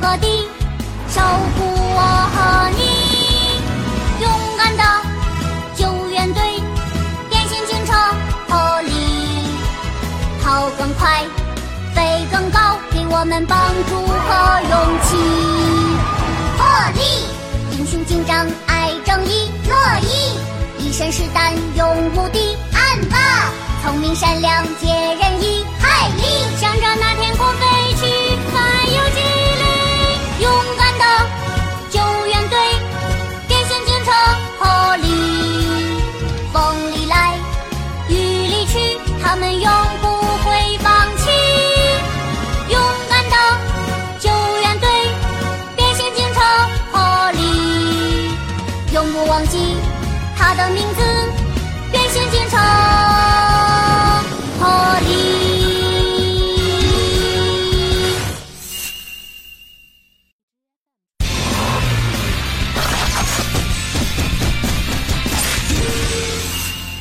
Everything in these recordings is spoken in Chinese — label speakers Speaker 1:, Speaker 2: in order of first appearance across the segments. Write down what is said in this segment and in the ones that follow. Speaker 1: 个地，守护我和你。勇敢的救援队，变形警车合力，跑更快，飞更高，给我们帮助和勇气。破例，英雄警长爱正义，乐意一身是胆勇无敌，暗吧，聪明善良解人意，海力向着那天空飞去，还有激励，勇敢的救援队，变形警车破例，风里来，雨里去，他们永不会放弃，勇敢的救援队，变形警车破例。永不忘记他的名字，变形警车破例。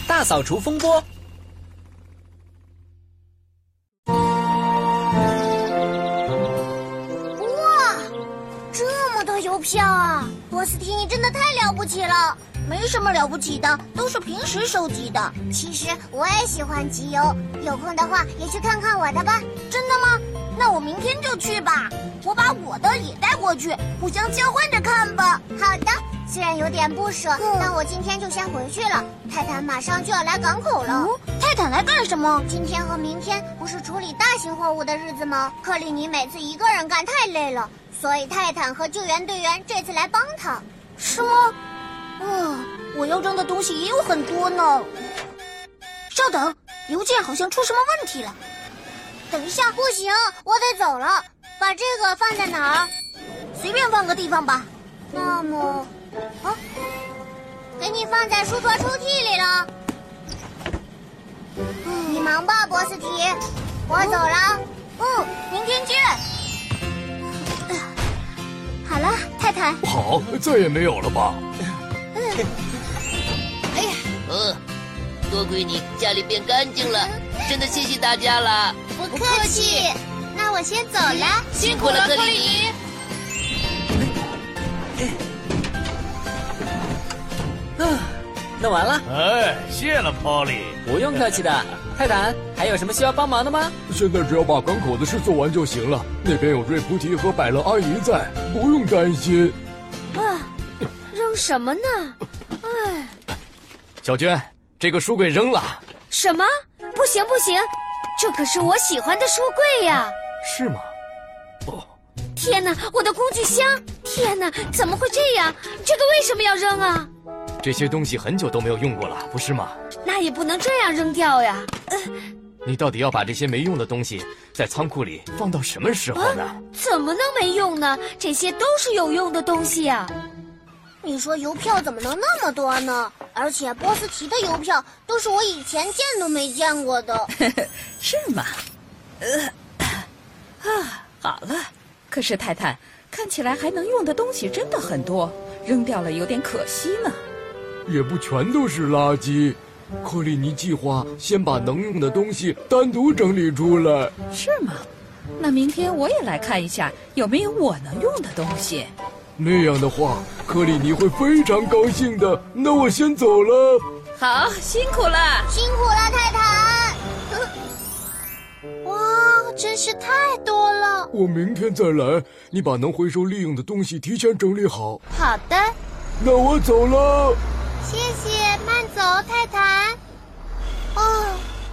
Speaker 2: 大扫除风波。
Speaker 1: 哇，这么多邮票啊！波斯提，你真的太了不起了。没什么了不起的，都是平时收集的。其实我也喜欢集邮，有空的话也去看看我的吧。真的吗？那我明天就去吧。我把我的也带过去，互相交换着看吧。好的，虽然有点不舍，但我今天就先回去了。泰坦马上就要来港口了。泰坦哦来干什么？今天和明天不是处理大型货物的日子吗？克里尼每次一个人干太累了，所以泰坦和救援队员这次来帮他。是吗？嗯，我要扔的东西也有很多呢。稍等，邮件好像出什么问题了。等一下，不行，我得走了。把这个放在哪儿？随便放个地方吧。那么，啊，给你放在书桌抽屉里了。嗯你忙吧，波斯提，我走了。嗯，明天见。好了，泰坦。
Speaker 3: 好，再也没有了吧？
Speaker 1: 哎呀，
Speaker 4: 哦，多亏你家里变干净了，真的谢谢大家啦！
Speaker 1: 不客气。那我先走了。
Speaker 4: 辛苦了，克里尼。
Speaker 2: 啊，弄完了，
Speaker 5: 哎，谢了，Polly。
Speaker 2: 不用客气的。泰坦，还有什么需要帮忙的吗？
Speaker 3: 现在只要把港口的事做完就行了。那边有瑞菩提和百乐阿姨在，不用担心。
Speaker 6: 扔什么呢？
Speaker 5: 小娟，这个书柜扔了。
Speaker 6: 什么？不行不行，这可是我喜欢的书柜呀！
Speaker 3: 是吗？
Speaker 6: 天哪，我的工具箱！天哪，怎么会这样？这个为什么要扔啊？
Speaker 5: 这些东西很久都没有用过了，不是吗？
Speaker 6: 那也不能这样扔掉呀！
Speaker 5: 你到底要把这些没用的东西在仓库里放到什么时候呢？
Speaker 6: 怎么能没用呢？这些都是有用的东西啊呀！
Speaker 1: 你说邮票怎么能那么多呢？而且波斯提的邮票都是我以前见都没见过 的。
Speaker 7: 是吗？呃，啊，好了。可是泰坦看起来还能用的东西真的很多，扔掉了有点可惜呢。
Speaker 3: 也不全都是垃圾。克里尼计划先把能用的东西单独整理出来。
Speaker 7: 是吗？那明天我也来看一下有没有我能用的东西。
Speaker 3: 那样的话，克里尼会非常高兴的。那我先走了。
Speaker 7: 好，啊辛苦了。
Speaker 1: 辛苦了，泰坦。 哇，真是太多了。
Speaker 3: 我明天再来。你把能回收利用的东西提前整理好。
Speaker 1: 好的，
Speaker 3: 那我走了。
Speaker 1: 谢谢，慢走，泰坦。哦，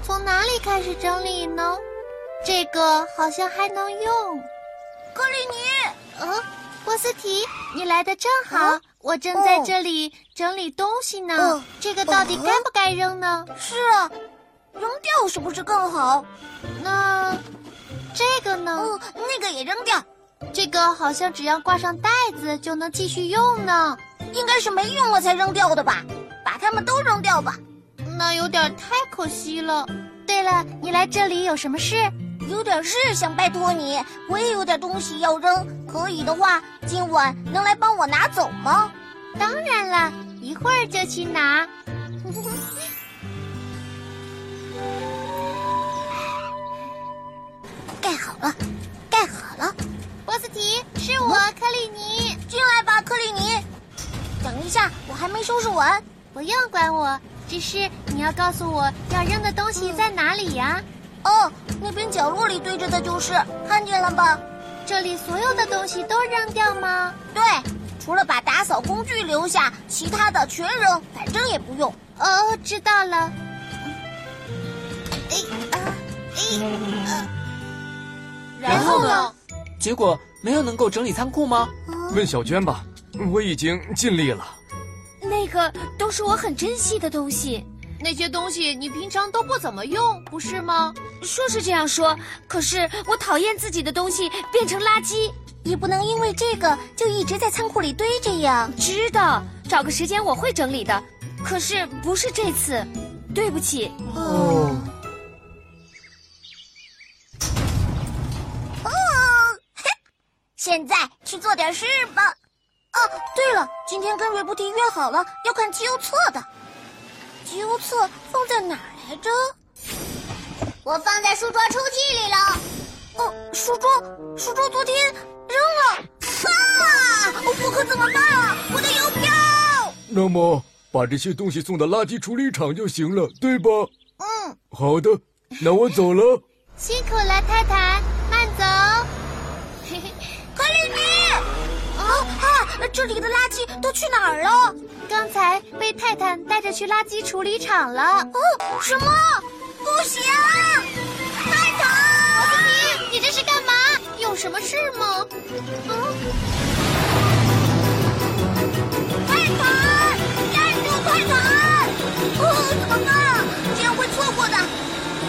Speaker 1: 从哪里开始整理呢？这个好像还能用。克里尼，呃、波斯提，你来的正好，我正在这里整理东西呢。这个到底该不该扔呢？是啊，扔掉是不是更好？那这个呢？哦，那个也扔掉。这个好像只要挂上袋子就能继续用呢。应该是没用了才扔掉的吧？把它们都扔掉吧。那有点太可惜了。对了，你来这里有什么事？有点事想拜托你，我也有点东西要扔，可以的话，今晚能来帮我拿走吗？当然了，一会儿就去拿。盖好了，盖好了。波斯提，是我。克里尼，等一下，我还没收拾完。
Speaker 8: 不用管我，只是你要告诉我要扔的东西在哪里呀、
Speaker 1: 哦，那边角落里堆着的就是，看见了吧？
Speaker 8: 这里所有的东西都扔掉吗？
Speaker 1: 对，除了把打扫工具留下，其他的全扔，反正也不用。
Speaker 8: 哦，知道了。
Speaker 1: 哎啊，哎，
Speaker 2: 然后呢？
Speaker 1: 啊？
Speaker 2: 结果没有能够整理仓库吗？
Speaker 5: 问小娟吧，
Speaker 3: 嗯
Speaker 5: 我已经尽力了。
Speaker 6: 那个都是我很珍惜的东西，
Speaker 8: 那些东西你平常都不怎么用，不是吗？
Speaker 6: 说是这样说，可是我讨厌自己的东西变成垃圾。
Speaker 1: 也不能因为这个就一直在仓库里堆着呀。
Speaker 6: 知道，找个时间我会整理的，可是不是这次，对不起。
Speaker 3: 哦，
Speaker 6: 哦
Speaker 1: 现在去做点事吧。哦，对了，今天跟瑞布提约好了要看集邮册的。集邮册放在哪儿来着？我放在书桌抽屉里了。哦，书桌，书桌昨天扔了。啊！我可怎么办啊？我的邮票。
Speaker 3: 那么把这些东西送到垃圾处理厂就行了，对吧？
Speaker 1: 嗯，
Speaker 3: 好的，那我走了。
Speaker 8: 辛苦了，泰坦，慢走。
Speaker 1: 克里尼。啊啊！这里的垃圾都去哪儿了？
Speaker 8: 刚才被泰坦带着去垃圾处理厂了。
Speaker 1: 哦，什么？不行！啊太疼！
Speaker 8: 你你这是干嘛？有什么事吗？
Speaker 1: 哦泰坦，站住！泰坦！哦，怎么办啊？这样会错过的。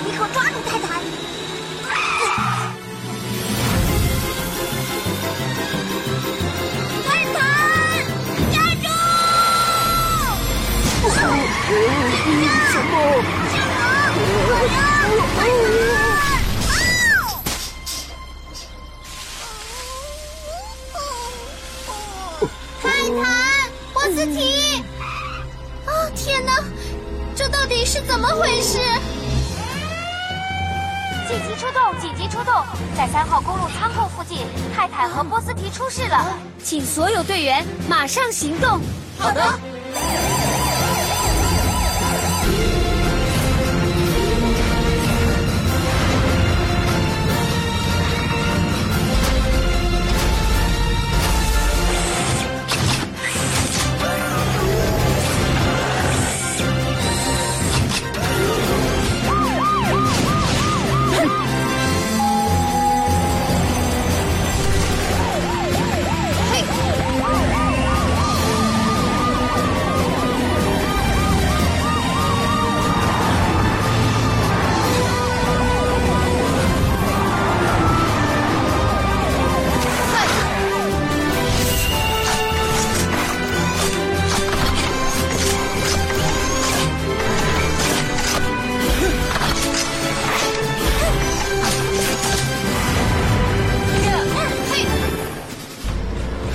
Speaker 1: 立刻抓住泰坦！泰坦，站住！什么？是我！我呀！泰坦！啊！
Speaker 8: 泰坦，波斯提！哦，天哪，这到底是怎么回事？
Speaker 6: 紧急出动！紧急出动！在三号公路仓库附近，泰坦和波斯提出事了，啊请所有队员马上行动。
Speaker 2: 好的。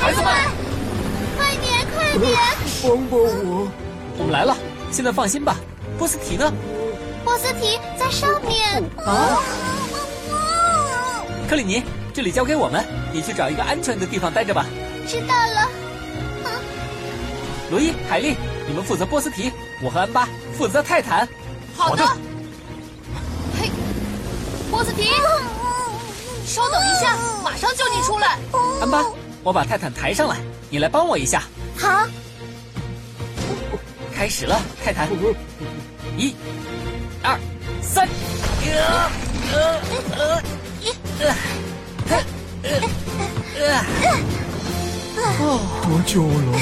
Speaker 2: 孩子们，
Speaker 8: 快点，快点！
Speaker 3: 帮帮我！
Speaker 2: 我们来了，现在放心吧。波斯提呢？
Speaker 8: 波斯提在上面。
Speaker 2: 啊克里尼，这里交给我们，你去找一个安全的地方待着吧。
Speaker 8: 知道了，
Speaker 2: 罗伊、海莉，你们负责波斯提，我和安巴负责泰坦。
Speaker 5: 好的，
Speaker 8: 波斯提，稍等一下，马上救你出来。
Speaker 2: 安巴，我把泰坦抬上来，你来帮我一下。
Speaker 1: 好，
Speaker 2: 开始了，泰坦，一、二、三。
Speaker 3: 多久了？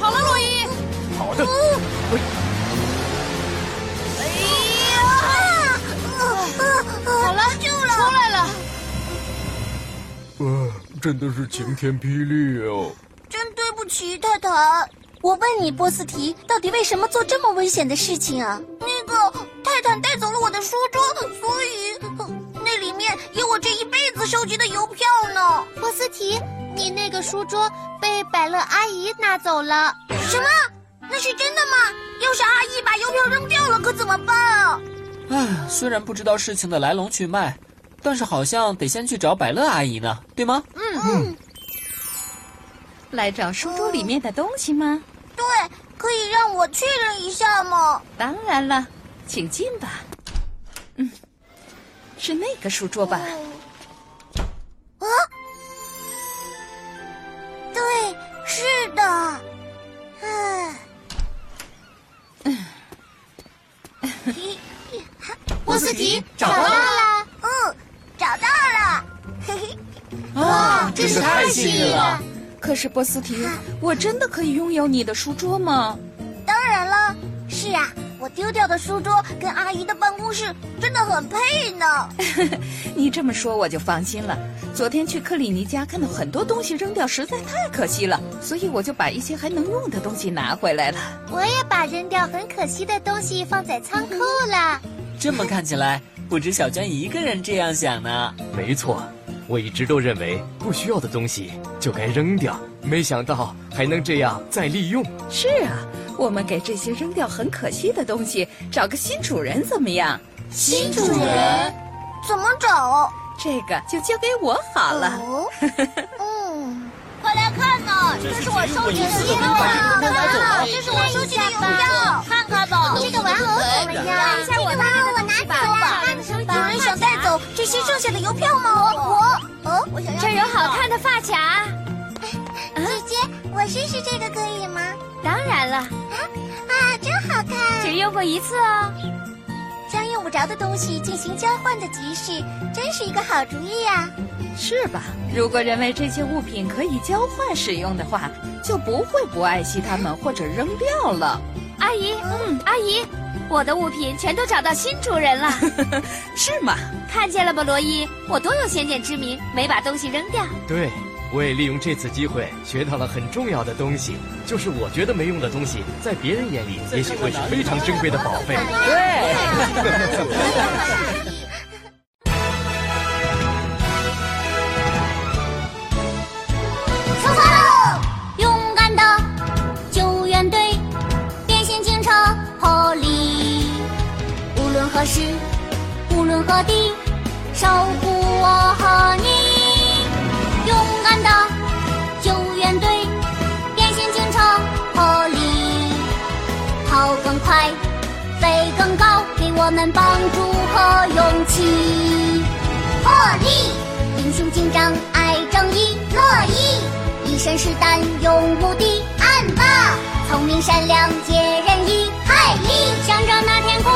Speaker 8: 好了，罗伊，
Speaker 5: 好的，
Speaker 2: 哎
Speaker 8: 好了，出来了。
Speaker 3: 啊，真的是晴天霹雳哦！
Speaker 1: 真对不起，泰坦。我问你，波斯提到底为什么做这么危险的事情啊？那个泰坦带走了我的书桌，所以呃那里面有我这一辈子收集的邮票呢。
Speaker 8: 波斯提，你那个书桌被百乐阿姨拿走了。
Speaker 1: 什么？那是真的吗？要是阿姨把邮票扔掉了，可怎么办啊？
Speaker 2: 唉，虽然不知道事情的来龙去脉，
Speaker 8: 嗯
Speaker 1: 嗯
Speaker 2: 但是好像得先去找百乐阿姨呢，对吗？
Speaker 7: 来找书桌里面的东西吗？
Speaker 8: 对，可以让我确认一下吗？
Speaker 7: 当然了，请进吧。嗯，是那个书桌吧？
Speaker 8: 啊，对，是的。嗯，
Speaker 2: 波斯提
Speaker 8: 找
Speaker 2: 找
Speaker 8: 到
Speaker 2: 到了，
Speaker 8: 了。嗯，找到了。嘿嘿，
Speaker 7: 啊，
Speaker 2: 真是太幸运了！
Speaker 7: 可是波斯提，我真的可以拥有你的书桌吗？
Speaker 8: 当然了。是啊，我丢掉的书桌跟阿姨的办公室真的很配呢。
Speaker 7: 你这么说我就放心了。昨天去克里尼家看到很多东西扔掉，实在太可惜了，所以我就把一些还能用的东西拿回来了。
Speaker 8: 我也把扔掉很可惜的东西放在仓库了。
Speaker 2: 这么看起来，不止小娟一个人这样想呢。
Speaker 5: 没错，我一直都认为不需要的东西就该扔掉，没想到还能这样再利用。
Speaker 7: 是啊，我们给这些扔掉很可惜的东西找个新主人怎么样？
Speaker 8: 新主人怎么找？
Speaker 7: 这个就交给我好了。
Speaker 8: 哦，嗯，
Speaker 1: 快来看呐，这是我收集的邮票啊！看看啊，这是我收集的邮票，看看吧。
Speaker 8: 这个玩偶怎么样？看一下我我拿走吧。有人想带走这些剩下的邮票吗？我我哦，我想
Speaker 6: 这儿有好看的发卡，
Speaker 1: 啊
Speaker 8: 姐姐，我试试这个可以吗？
Speaker 6: 当然了，
Speaker 8: 啊，真好看！
Speaker 6: 只用过一次哦。
Speaker 8: 将用不着的东西进行交换的集市，真是一个好主意啊呀、
Speaker 7: 是吧？如果认为这些物品可以交换使用的话，就不会不爱惜它们或者扔掉了。
Speaker 6: 阿姨，嗯，阿姨，我的物品全都找到新主人了，
Speaker 7: 是吗？
Speaker 6: 看见了吧，罗伊，我多有先见之明，没把东西扔掉。
Speaker 5: 对，我也利用这次机会学到了很重要的东西，就是我觉得没用的东西，在别人眼里也许会是非常珍贵的宝贝。
Speaker 1: 出发喽！勇敢的救援队，变形警车破例，无论何时，无论何地，守护我和你。勇敢的救援队，变形警车破例，跑更快，飞更高，给我们帮助和勇气。破例，英雄警长爱正义，乐意一身是胆勇无敌，暗霸聪明善良解人意，海力向着那天空